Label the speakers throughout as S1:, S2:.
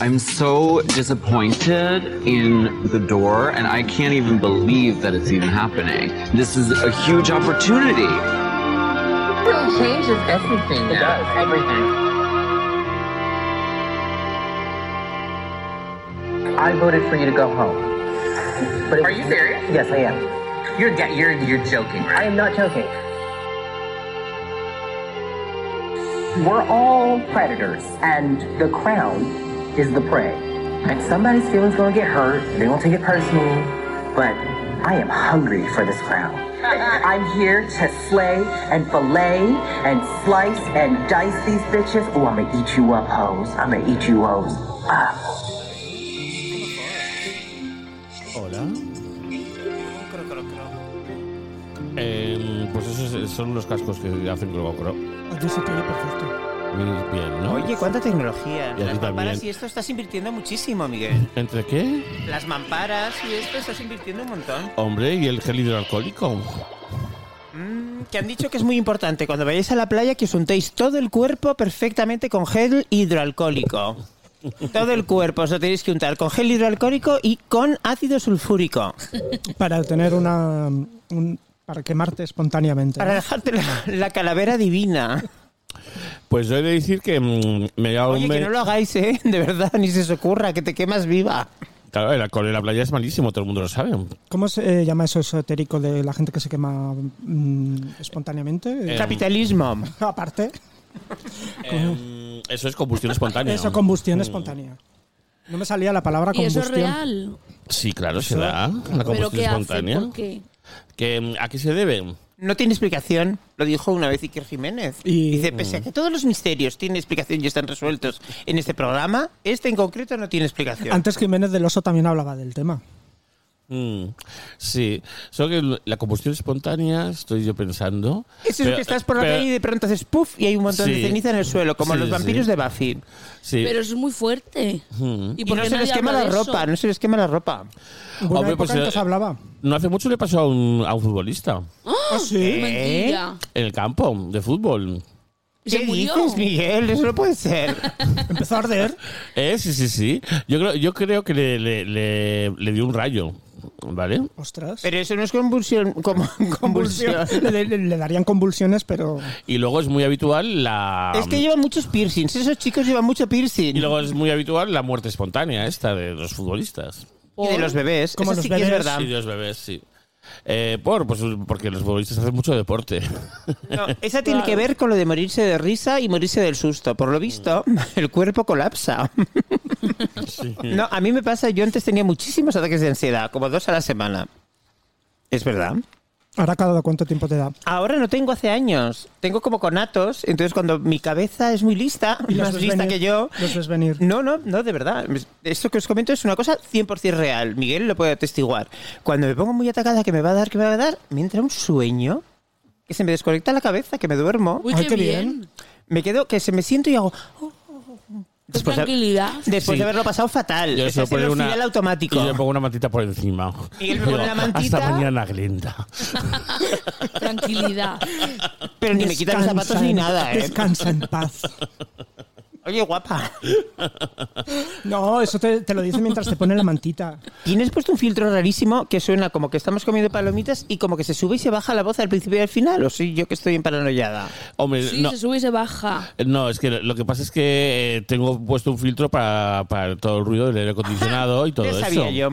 S1: I'm so disappointed in the door, and I can't even believe that it's even happening. This is a huge opportunity.
S2: It really changes everything.
S3: It does everything.
S2: I voted for you to go home. But it-
S3: Are you serious?
S2: Yes, I am.
S3: You're ga- you're you're joking,
S2: I
S3: right?
S2: am not joking. We're all predators, and the crown is the prey. And somebody's feelings gonna get hurt. They won't take it personally, but I am hungry for this crown. I'm here to slay and fillet and slice and dice these bitches. Oh, I'm gonna eat you up, hoes. I'm gonna eat you hoes up.
S4: Hola.
S5: pues esos son los cascos que hacen croco croc.
S6: Yo se te oye perfecto.
S5: Muy Bien, ¿no?
S7: Oye, cuánta
S5: Y
S7: tecnología.
S5: a ti
S7: Las mamparas
S5: también.
S7: y esto estás invirtiendo muchísimo, Miguel.
S5: ¿Entre qué?
S7: Las mamparas y esto estás invirtiendo un montón.
S5: Hombre, ¿y el gel hidroalcohólico?
S7: Mm, Que han dicho que es muy importante cuando vayáis a la playa que os untéis todo el cuerpo perfectamente con gel hidroalcohólico. Todo el cuerpo os lo tenéis que untar con gel hidroalcohólico y con ácido sulfúrico.
S6: Para tener una. un- para quemarte espontáneamente.
S7: Para dejarte la, la calavera divina.
S5: Pues yo he de decir que mm, me da un...
S7: Oye, que
S5: me-
S7: no lo hagáis, ¿eh? De verdad, ni se os ocurra, que te quemas viva.
S5: Claro, el alcohol en la playa es malísimo, todo el mundo lo sabe.
S6: ¿Cómo se eh, llama eso esotérico de la gente que se quema mm, espontáneamente?
S5: Eh,
S7: Capitalismo.
S6: Aparte,
S7: eh,
S5: Em, eso es combustión espontánea.
S6: eso,
S7: mm.
S6: combustión espontánea. No me salía la palabra
S8: Y eso
S6: combustión.
S8: es real.
S5: Sí, claro, se da. La
S8: ¿Pero
S5: combustión
S8: qué hace?
S5: espontánea.
S8: ¿Por qué?
S5: Que, mm, ¿A qué se debe?
S7: No tiene explicación, lo dijo una vez Iker Jiménez.
S6: Y-
S7: Dice, pese a que todos los misterios tienen explicación y están resueltos en este programa, este en concreto no tiene explicación.
S6: Antes Jiménez del Oso también hablaba del tema.
S5: Mm, sí, solo que la combustión espontánea, estoy yo pensando.
S7: Eso es
S5: pero-
S7: que estás por la
S5: pero-
S7: calle y de pronto haces puff y hay un montón
S5: Sí.
S7: de ceniza en el suelo, como
S5: Sí,
S7: los
S5: sí,
S7: vampiros
S5: sí.
S7: de Buffy.
S5: Sí.
S8: Pero eso es muy fuerte.
S7: Y,
S8: por
S7: no
S8: qué
S7: se les
S8: nadie
S7: quema la
S8: habla de eso?
S7: ropa, no se les quema la ropa.
S6: En una
S5: Hombre,
S6: época
S5: pues,
S6: en que
S5: eh,
S6: se hablaba.
S5: No hace mucho le pasó a un, a un futbolista
S6: Ah, sí.
S8: Mentira.
S5: en el campo de fútbol.
S8: ¿Y
S7: ¿Qué
S8: se murió?
S7: dices, Miguel? Eso no puede ser.
S6: Empezó a arder.
S5: Eh, sí, sí, sí. Yo creo, yo creo que le, le- le- le dio un rayo, ¿vale?
S6: Ostras.
S7: Pero eso no es convulsión. como- convulsión.
S6: Convulsión. Le, le- le darían convulsiones, pero.
S5: Y luego es muy habitual la...
S7: Es que llevan muchos piercings. Esos chicos llevan mucho piercing.
S5: Y luego es muy habitual la muerte espontánea esta de los futbolistas.
S7: Y de los bebés.
S6: Como
S7: Eso
S6: los
S7: sí que es
S6: bebés.
S7: verdad.
S5: Sí, de los bebés, sí. Eh, por, pues, porque los futbolistas hacen mucho deporte.
S7: No, esa tiene que ver con lo de morirse de risa y morirse del susto. Por lo visto,
S6: Mm.
S7: el cuerpo colapsa. No, a mí me pasa, yo antes tenía muchísimos ataques de ansiedad, como dos a la semana. Es verdad.
S6: Ahora cada cuánto tiempo te da.
S7: Ahora no tengo hace años. Tengo como conatos, entonces cuando mi cabeza es muy lista,
S6: Y los
S7: más
S6: ves
S7: lista
S6: venir,
S7: que yo.
S6: Los ves venir.
S7: No, no, no, de verdad. Esto que os comento es una cosa 100% real. Miguel lo puede atestiguar. Cuando me pongo muy atacada, que me va a dar, que me va a dar, me entra un sueño que se me desconecta la cabeza, que me duermo.
S8: Uy,
S6: Ay,
S8: qué,
S6: qué
S8: bien.
S7: Me quedo, que se me siento y hago.
S8: Qué
S7: Después, de,
S8: tranquilidad.
S7: después
S5: Sí.
S7: de haberlo pasado fatal.
S5: Yo les
S7: Es
S5: voy a
S7: así,
S5: poner
S7: el
S5: una-
S7: final automático.
S5: Y yo le pongo una mantita por encima.
S7: Miguel me pone
S5: Digo,
S7: la mantita.
S5: Hasta mañana, Glenda.
S8: Tranquilidad.
S7: Pero ni me quitan los
S6: Descansa
S7: zapatos ni
S6: en-
S7: nada, ¿eh?
S6: Descansa en paz.
S7: Oye, guapa,
S6: No, eso te, te lo dice mientras te pone la mantita.
S7: tienes puesto un filtro rarísimo que suena como que estamos comiendo palomitas y como que se sube y se baja la voz al principio y al final. O sí, yo que estoy en paranoiada.
S5: Hombre,
S8: Sí,
S5: no.
S8: se sube y se baja.
S5: No, es que lo que pasa es que eh, tengo puesto un filtro para, para todo el ruido del aire acondicionado y todo
S7: Ya
S5: eso.
S7: sabía yo.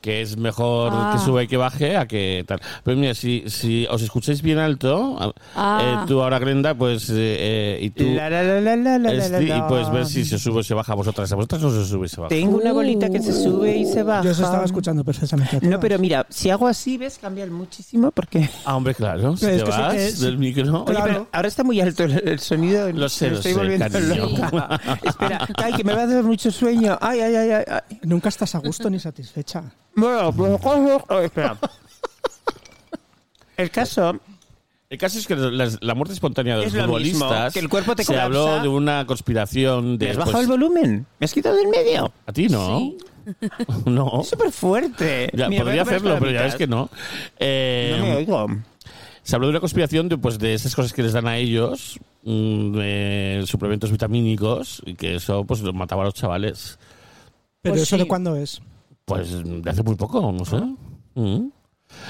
S5: Que es mejor
S8: Ah.
S5: que suba y que baje a que tal. Pero mira, si, si os escucháis bien alto, a-
S8: Ah.
S5: eh, tú ahora, Glenda, pues. eh, eh, y tú.
S7: La, la, la, la, la, la, la,
S5: Esti-
S7: la,
S5: ahí puedes ver si se sube o se baja a vosotras. A vosotras no se sube y se baja.
S7: Tengo una bolita que se
S5: Uh.
S7: sube y se baja.
S6: Yo os estaba escuchando perfectamente. a
S7: No,
S6: todas.
S7: pero mira, si hago así, ¿ves? Cambia el muchísimo porque...
S5: Ah, hombre, claro. Si
S6: Es
S5: te
S6: que sí,
S5: vas
S6: es-
S5: del micro.
S7: Oye,
S6: Claro.
S7: pero ahora está muy alto el, el sonido. del-
S5: Lo sé,
S7: me
S5: lo
S7: estoy
S5: sé,
S7: volviendo
S5: cariño.
S7: loca. Espera, ay, que me va a dar mucho sueño. Ay, ay, ay, ay, ay.
S6: Nunca estás a gusto ni satisfecha.
S7: Bueno, pues, cojo- oh, espera. El caso
S5: El caso es que las- la muerte espontánea de los
S7: Es lo
S5: futbolistas.
S7: mismo, que el cuerpo te
S5: se
S7: colapsa.
S5: habló de una conspiración de.
S7: ¿Me has bajado
S5: pues,
S7: el volumen? ¿Me has quitado del medio?
S5: A ti no. no.
S7: Es súper fuerte.
S5: Ya,
S7: Mira, voy
S5: podría
S7: a comer
S5: hacerlo, pero ya
S7: palomitas.
S5: ves que no. Eh,
S7: No me oigo.
S5: Se habló de una conspiración de, pues, de esas cosas que les dan a ellos, mm, de suplementos vitamínicos, y que eso pues los mataba a los chavales.
S6: Pero
S8: Pues
S6: eso de
S8: sí.
S6: cuándo es.
S5: Pues de hace muy poco, no sé. Mm.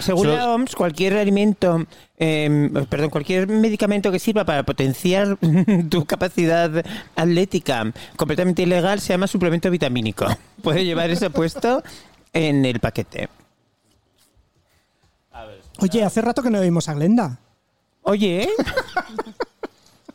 S7: Según
S5: So-
S7: la OMS, cualquier alimento, eh, perdón, cualquier medicamento que sirva para potenciar tu capacidad atlética completamente ilegal se llama suplemento vitamínico. Puede llevar eso puesto en el paquete.
S6: Oye, hace rato que no vimos a Glenda.
S7: Oye,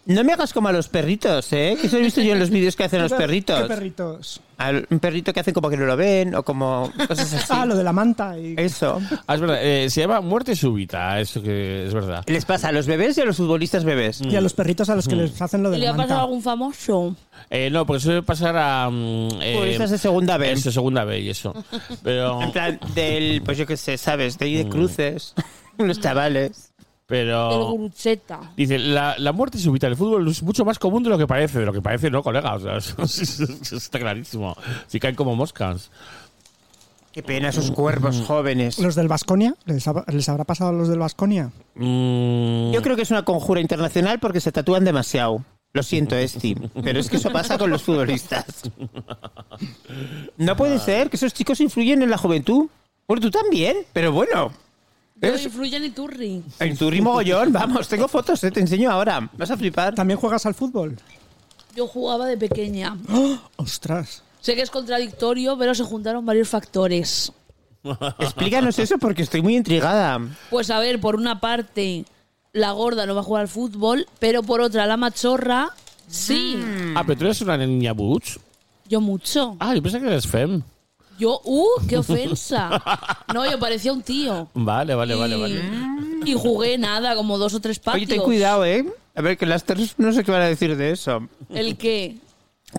S7: no me hagas como a los perritos, ¿eh? Que eso he visto yo en los vídeos que hacen los
S6: ¿Qué per-
S7: perritos.
S6: ¿Qué perritos?
S7: Al- un perrito que hacen como que no lo ven o como cosas así.
S6: Ah, lo de la manta. Y...
S7: Eso.
S5: Ah, es verdad, eh, se llama muerte súbita, eso que es verdad.
S7: Les pasa a los bebés y a los futbolistas bebés.
S6: Y a los perritos a los
S7: Mm.
S6: que les hacen lo de
S8: ¿Le
S6: la
S8: ha pasado a
S6: manta.
S8: algún famoso?
S5: Eh, no, porque suele pasar a. mm, eh,
S7: Futbolistas de segunda vez.
S5: eso, segunda vez y eso. Pero,
S7: En plan, del, pues yo qué sé, ¿sabes? De ahí de cruces, los chavales.
S8: Del
S5: pero
S8: gurucheta.
S5: dice, la, la muerte súbita del fútbol es mucho más común de lo que parece, de lo que parece, ¿no, colega? O sea, eso, eso está clarísimo. Si caen como moscas.
S7: Qué pena esos cuerpos jóvenes.
S6: ¿Los del Vasconia? ¿Les, ha- les habrá pasado a los del Vasconia?
S5: Mm,
S7: Yo creo que es una conjura internacional porque se tatúan demasiado. Lo siento, Esti, pero es que eso pasa con los futbolistas. No puede ser que esos chicos influyen en la juventud. Bueno, tú también, pero bueno.
S8: Pero
S7: Es-
S8: influye en Iturri.
S7: En tu ritmo gollón, vamos, tengo fotos, eh, te enseño ahora. Vas a flipar.
S6: ¿También juegas al fútbol?
S8: Yo jugaba de pequeña.
S6: ¡Ostras!
S8: Sé que es contradictorio, pero se juntaron varios factores.
S7: Explícanos eso porque estoy muy intrigada.
S8: Pues a ver, por una parte, la gorda no va a jugar al fútbol, pero por otra, la machorra, sí.
S5: Ah, pero tú eres una niña butch.
S8: Yo mucho.
S5: Ah, yo pensé que eres fem.
S8: Yo, uh, qué ofensa. No, yo parecía un tío.
S5: Vale, vale,
S8: Y-
S5: vale, vale.
S8: Y jugué nada, como dos o tres patios.
S7: Oye, ten cuidado, ¿eh? A ver, que las tres no sé qué van a decir de eso.
S8: ¿El qué?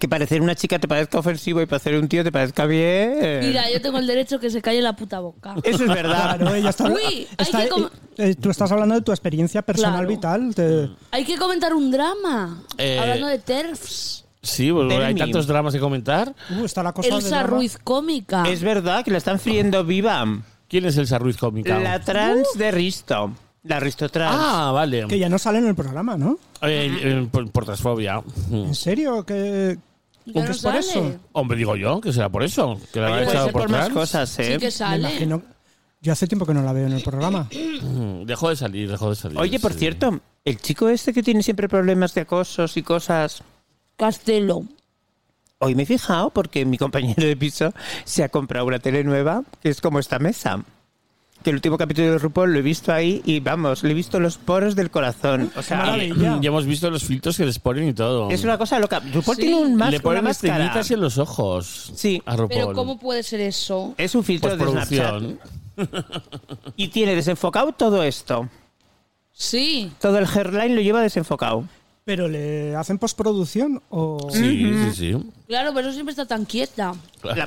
S7: Que parecer una chica te parezca ofensivo y parecer un tío te parezca bien. eh.
S8: Mira, yo tengo el derecho que se calle la puta boca.
S7: Eso es verdad.
S6: Claro, ella está...
S8: Uy, hay
S6: Ah, está-
S8: que com-
S6: eh, tú estás hablando de tu experiencia personal
S8: Claro.
S6: vital. de-
S8: Hay que comentar un drama.
S5: Eh,
S8: Hablando de TERFs.
S5: Sí, pues,
S7: Tell
S5: hay
S7: me.
S5: tantos dramas que comentar.
S7: Mm.
S6: Uh, está la cosa de
S8: Elsa
S6: drama.
S8: Ruiz cómica.
S7: Es verdad que la están friendo viva.
S5: ¿Quién es el Sarruiz cómica?
S7: La trans de Risto. La Risto trans.
S5: Ah, vale.
S6: Que ya no sale en el programa, ¿no?
S5: Eh, eh, por, por transfobia. Mm.
S6: ¿En serio? ¿Que,
S8: Ya
S6: ¿con
S8: no
S6: qué es por
S8: sale.
S6: eso?
S5: Hombre, digo yo, que será por eso. Que la
S7: Oye,
S5: habrá
S7: puede
S5: echado
S7: ser por,
S5: por
S7: más
S5: trans.
S7: cosas, ¿eh?
S8: Sí que
S6: Me
S8: sale.
S6: imagino... Yo hace tiempo que no la veo en el programa.
S5: Mm, Dejó de salir, dejó de salir.
S7: Oye, por
S5: sí.
S7: cierto, el chico este que tiene siempre problemas de acosos y cosas.
S8: Castelo.
S7: Hoy me he fijado porque mi compañero de piso se ha comprado una tele nueva, que es como esta mesa. Que el último capítulo de RuPaul lo he visto ahí y vamos, le he visto los poros del corazón. O sea,
S5: Ah, eh,
S6: Ya.
S5: Ya hemos visto los filtros que les ponen y todo.
S7: Es una cosa loca. RuPaul
S8: Sí.
S7: tiene un más,
S5: Le ponen
S7: una máscara.
S5: estrellitas en los ojos.
S7: Sí.
S5: A RuPaul.
S8: Pero ¿cómo puede ser eso?
S7: Es un
S5: Pues
S7: filtro de Snapchat.
S5: Postproducción.
S7: Y tiene desenfocado todo esto.
S8: Sí.
S7: Todo el hairline lo lleva desenfocado.
S6: ¿Pero le hacen postproducción o...?
S5: Sí, sí, sí.
S8: Claro, pero siempre está tan quieta.
S7: La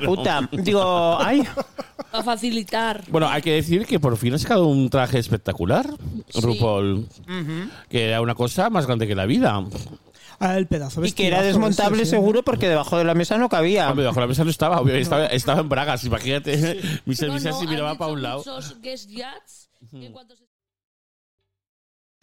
S7: puta. Digo, ay.
S8: Para facilitar.
S5: Bueno, hay que decir que por fin ha sacado un traje espectacular,
S8: Sí.
S5: RuPaul. Que era una cosa más grande que la vida.
S6: Ah, el pedazo
S7: Y que era
S6: vestidazo
S7: desmontable
S6: ese, sí.
S7: seguro porque debajo de la mesa no
S8: Ah.
S7: cabía.
S5: Hombre, bajo la mesa no estaba, obvio, estaba, estaba en bragas, imagínate. Mi
S8: No,
S5: servicio
S8: no,
S5: así
S8: han
S5: miraba
S8: dicho
S5: para un lado.
S8: muchos guest judges que en cuanto se-